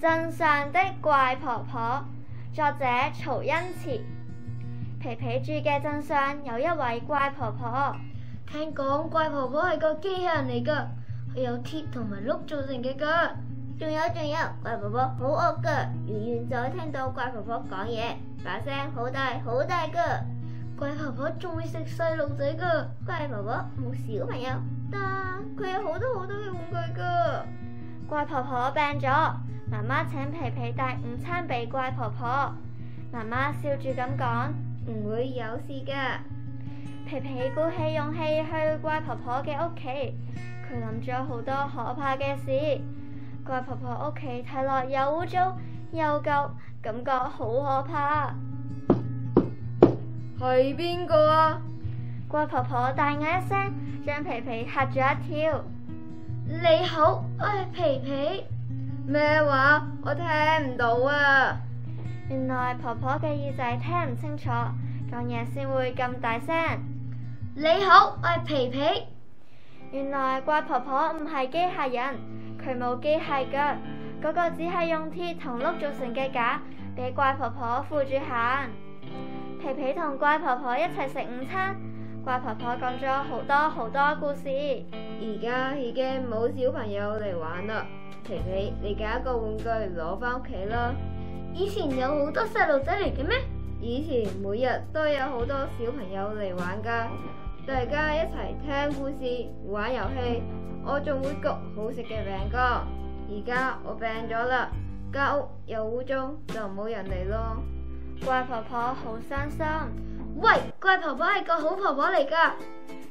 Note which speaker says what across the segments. Speaker 1: 鎮上的怪婆婆，作者曹恩慈。皮皮住嘅鎮上有一位怪婆婆，
Speaker 2: 聽講怪婆婆係個機器人嚟㗎，佢有鐵同埋碌做成嘅腳。
Speaker 3: 仲有仲有，怪婆婆好惡㗎，遠遠就聽到怪婆婆講嘢，把聲好大好大㗎。
Speaker 2: 怪婆婆仲會食細路仔㗎，
Speaker 3: 怪婆婆冇小朋友，但佢有好多好多嘅玩具㗎。
Speaker 1: 怪婆婆病咗，媽媽請皮皮帶午餐俾怪婆婆。媽媽笑住咁講：
Speaker 3: 唔會有事㗎。
Speaker 1: 皮皮鼓起勇氣去怪婆婆嘅屋企，佢諗咗好多可怕嘅事。怪婆婆屋企睇落又污糟又舊，感覺好可怕。
Speaker 2: 係邊個啊？
Speaker 1: 怪婆婆大嗌一聲，將皮皮嚇咗一跳。
Speaker 2: 你好，我係皮皮。
Speaker 3: 咩話？我聽唔到啊！
Speaker 1: 原來婆婆嘅耳仔聽唔清楚，講嘢先會咁大聲。
Speaker 2: 你好，我係皮皮。
Speaker 1: 原來怪婆婆唔係機械人，佢冇機械腳，嗰個只係用鐵同碌做成嘅架，俾怪婆婆扶住行。皮皮同怪婆婆一齊食午餐，怪婆婆講咗好多好多故事。
Speaker 3: 而家已經冇小朋友嚟玩啦，皮皮，你揀一個玩具攞返屋企啦。
Speaker 2: 以前有好多細路仔嚟嘅咩？
Speaker 3: 以前每日都有好多小朋友嚟玩㗎，大家一齊聽故事、玩遊戲，我仲會焗好食嘅餅乾。而家我病咗啦，間屋又污糟，就冇人嚟咯。
Speaker 1: 怪婆婆好傷心。
Speaker 2: 喂，怪婆婆係個好婆婆嚟㗎。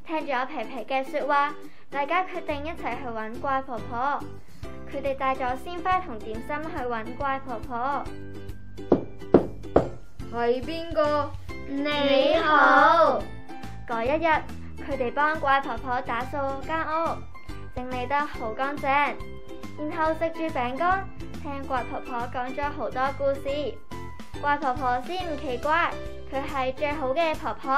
Speaker 1: 聽咗皮皮嘅説話，大家決定一齊去揾怪婆婆。佢哋帶咗鮮花同點心去揾怪婆婆。
Speaker 3: 係邊個？
Speaker 2: 你好。
Speaker 1: 嗰一日，佢哋幫怪婆婆打掃間屋，整理得好乾淨，然後食住餅乾，聽怪婆婆講咗好多故事。怪婆婆先唔奇怪，佢係最好嘅婆婆。